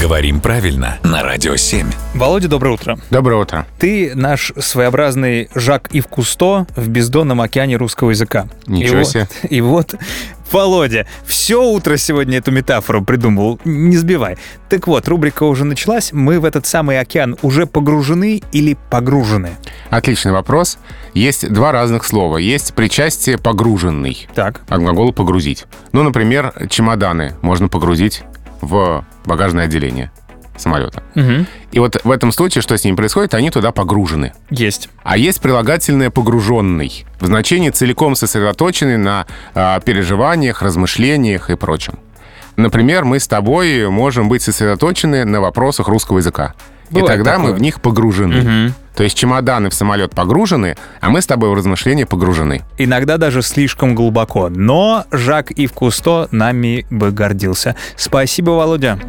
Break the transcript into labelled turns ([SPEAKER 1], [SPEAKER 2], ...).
[SPEAKER 1] Говорим правильно на Радио 7.
[SPEAKER 2] Володя, доброе утро.
[SPEAKER 3] Доброе утро.
[SPEAKER 2] Ты наш своеобразный Жак Ив Кусто в бездонном океане русского языка. и
[SPEAKER 3] Ничего
[SPEAKER 2] вот-
[SPEAKER 3] себе.
[SPEAKER 2] и вот, Володя, все утро сегодня эту метафору придумывал. Не сбивай. Так вот, рубрика уже началась. Мы в этот самый океан уже погружены или погружены?
[SPEAKER 3] Отличный вопрос. Есть два разных слова. Есть причастие «погруженный»
[SPEAKER 2] Так.
[SPEAKER 3] от глагола «погрузить». Ну, например, чемоданы можно погрузить в багажное отделение самолета.
[SPEAKER 2] Мгм.
[SPEAKER 3] И вот в этом случае, что с ними происходит, они туда погружены.
[SPEAKER 2] Есть.
[SPEAKER 3] А есть прилагательное «погруженный» в значении целиком сосредоточенный на а, переживаниях, размышлениях и прочем. Например, мы с тобой можем быть сосредоточены на вопросах русского языка.
[SPEAKER 2] Бывает
[SPEAKER 3] и тогда мы
[SPEAKER 2] такое.
[SPEAKER 3] в них погружены. То есть чемоданы в самолет погружены, а мы с тобой в размышления погружены.
[SPEAKER 2] Иногда даже слишком глубоко. Но Жак Ив Кусто нами бы гордился. Спасибо, Володя.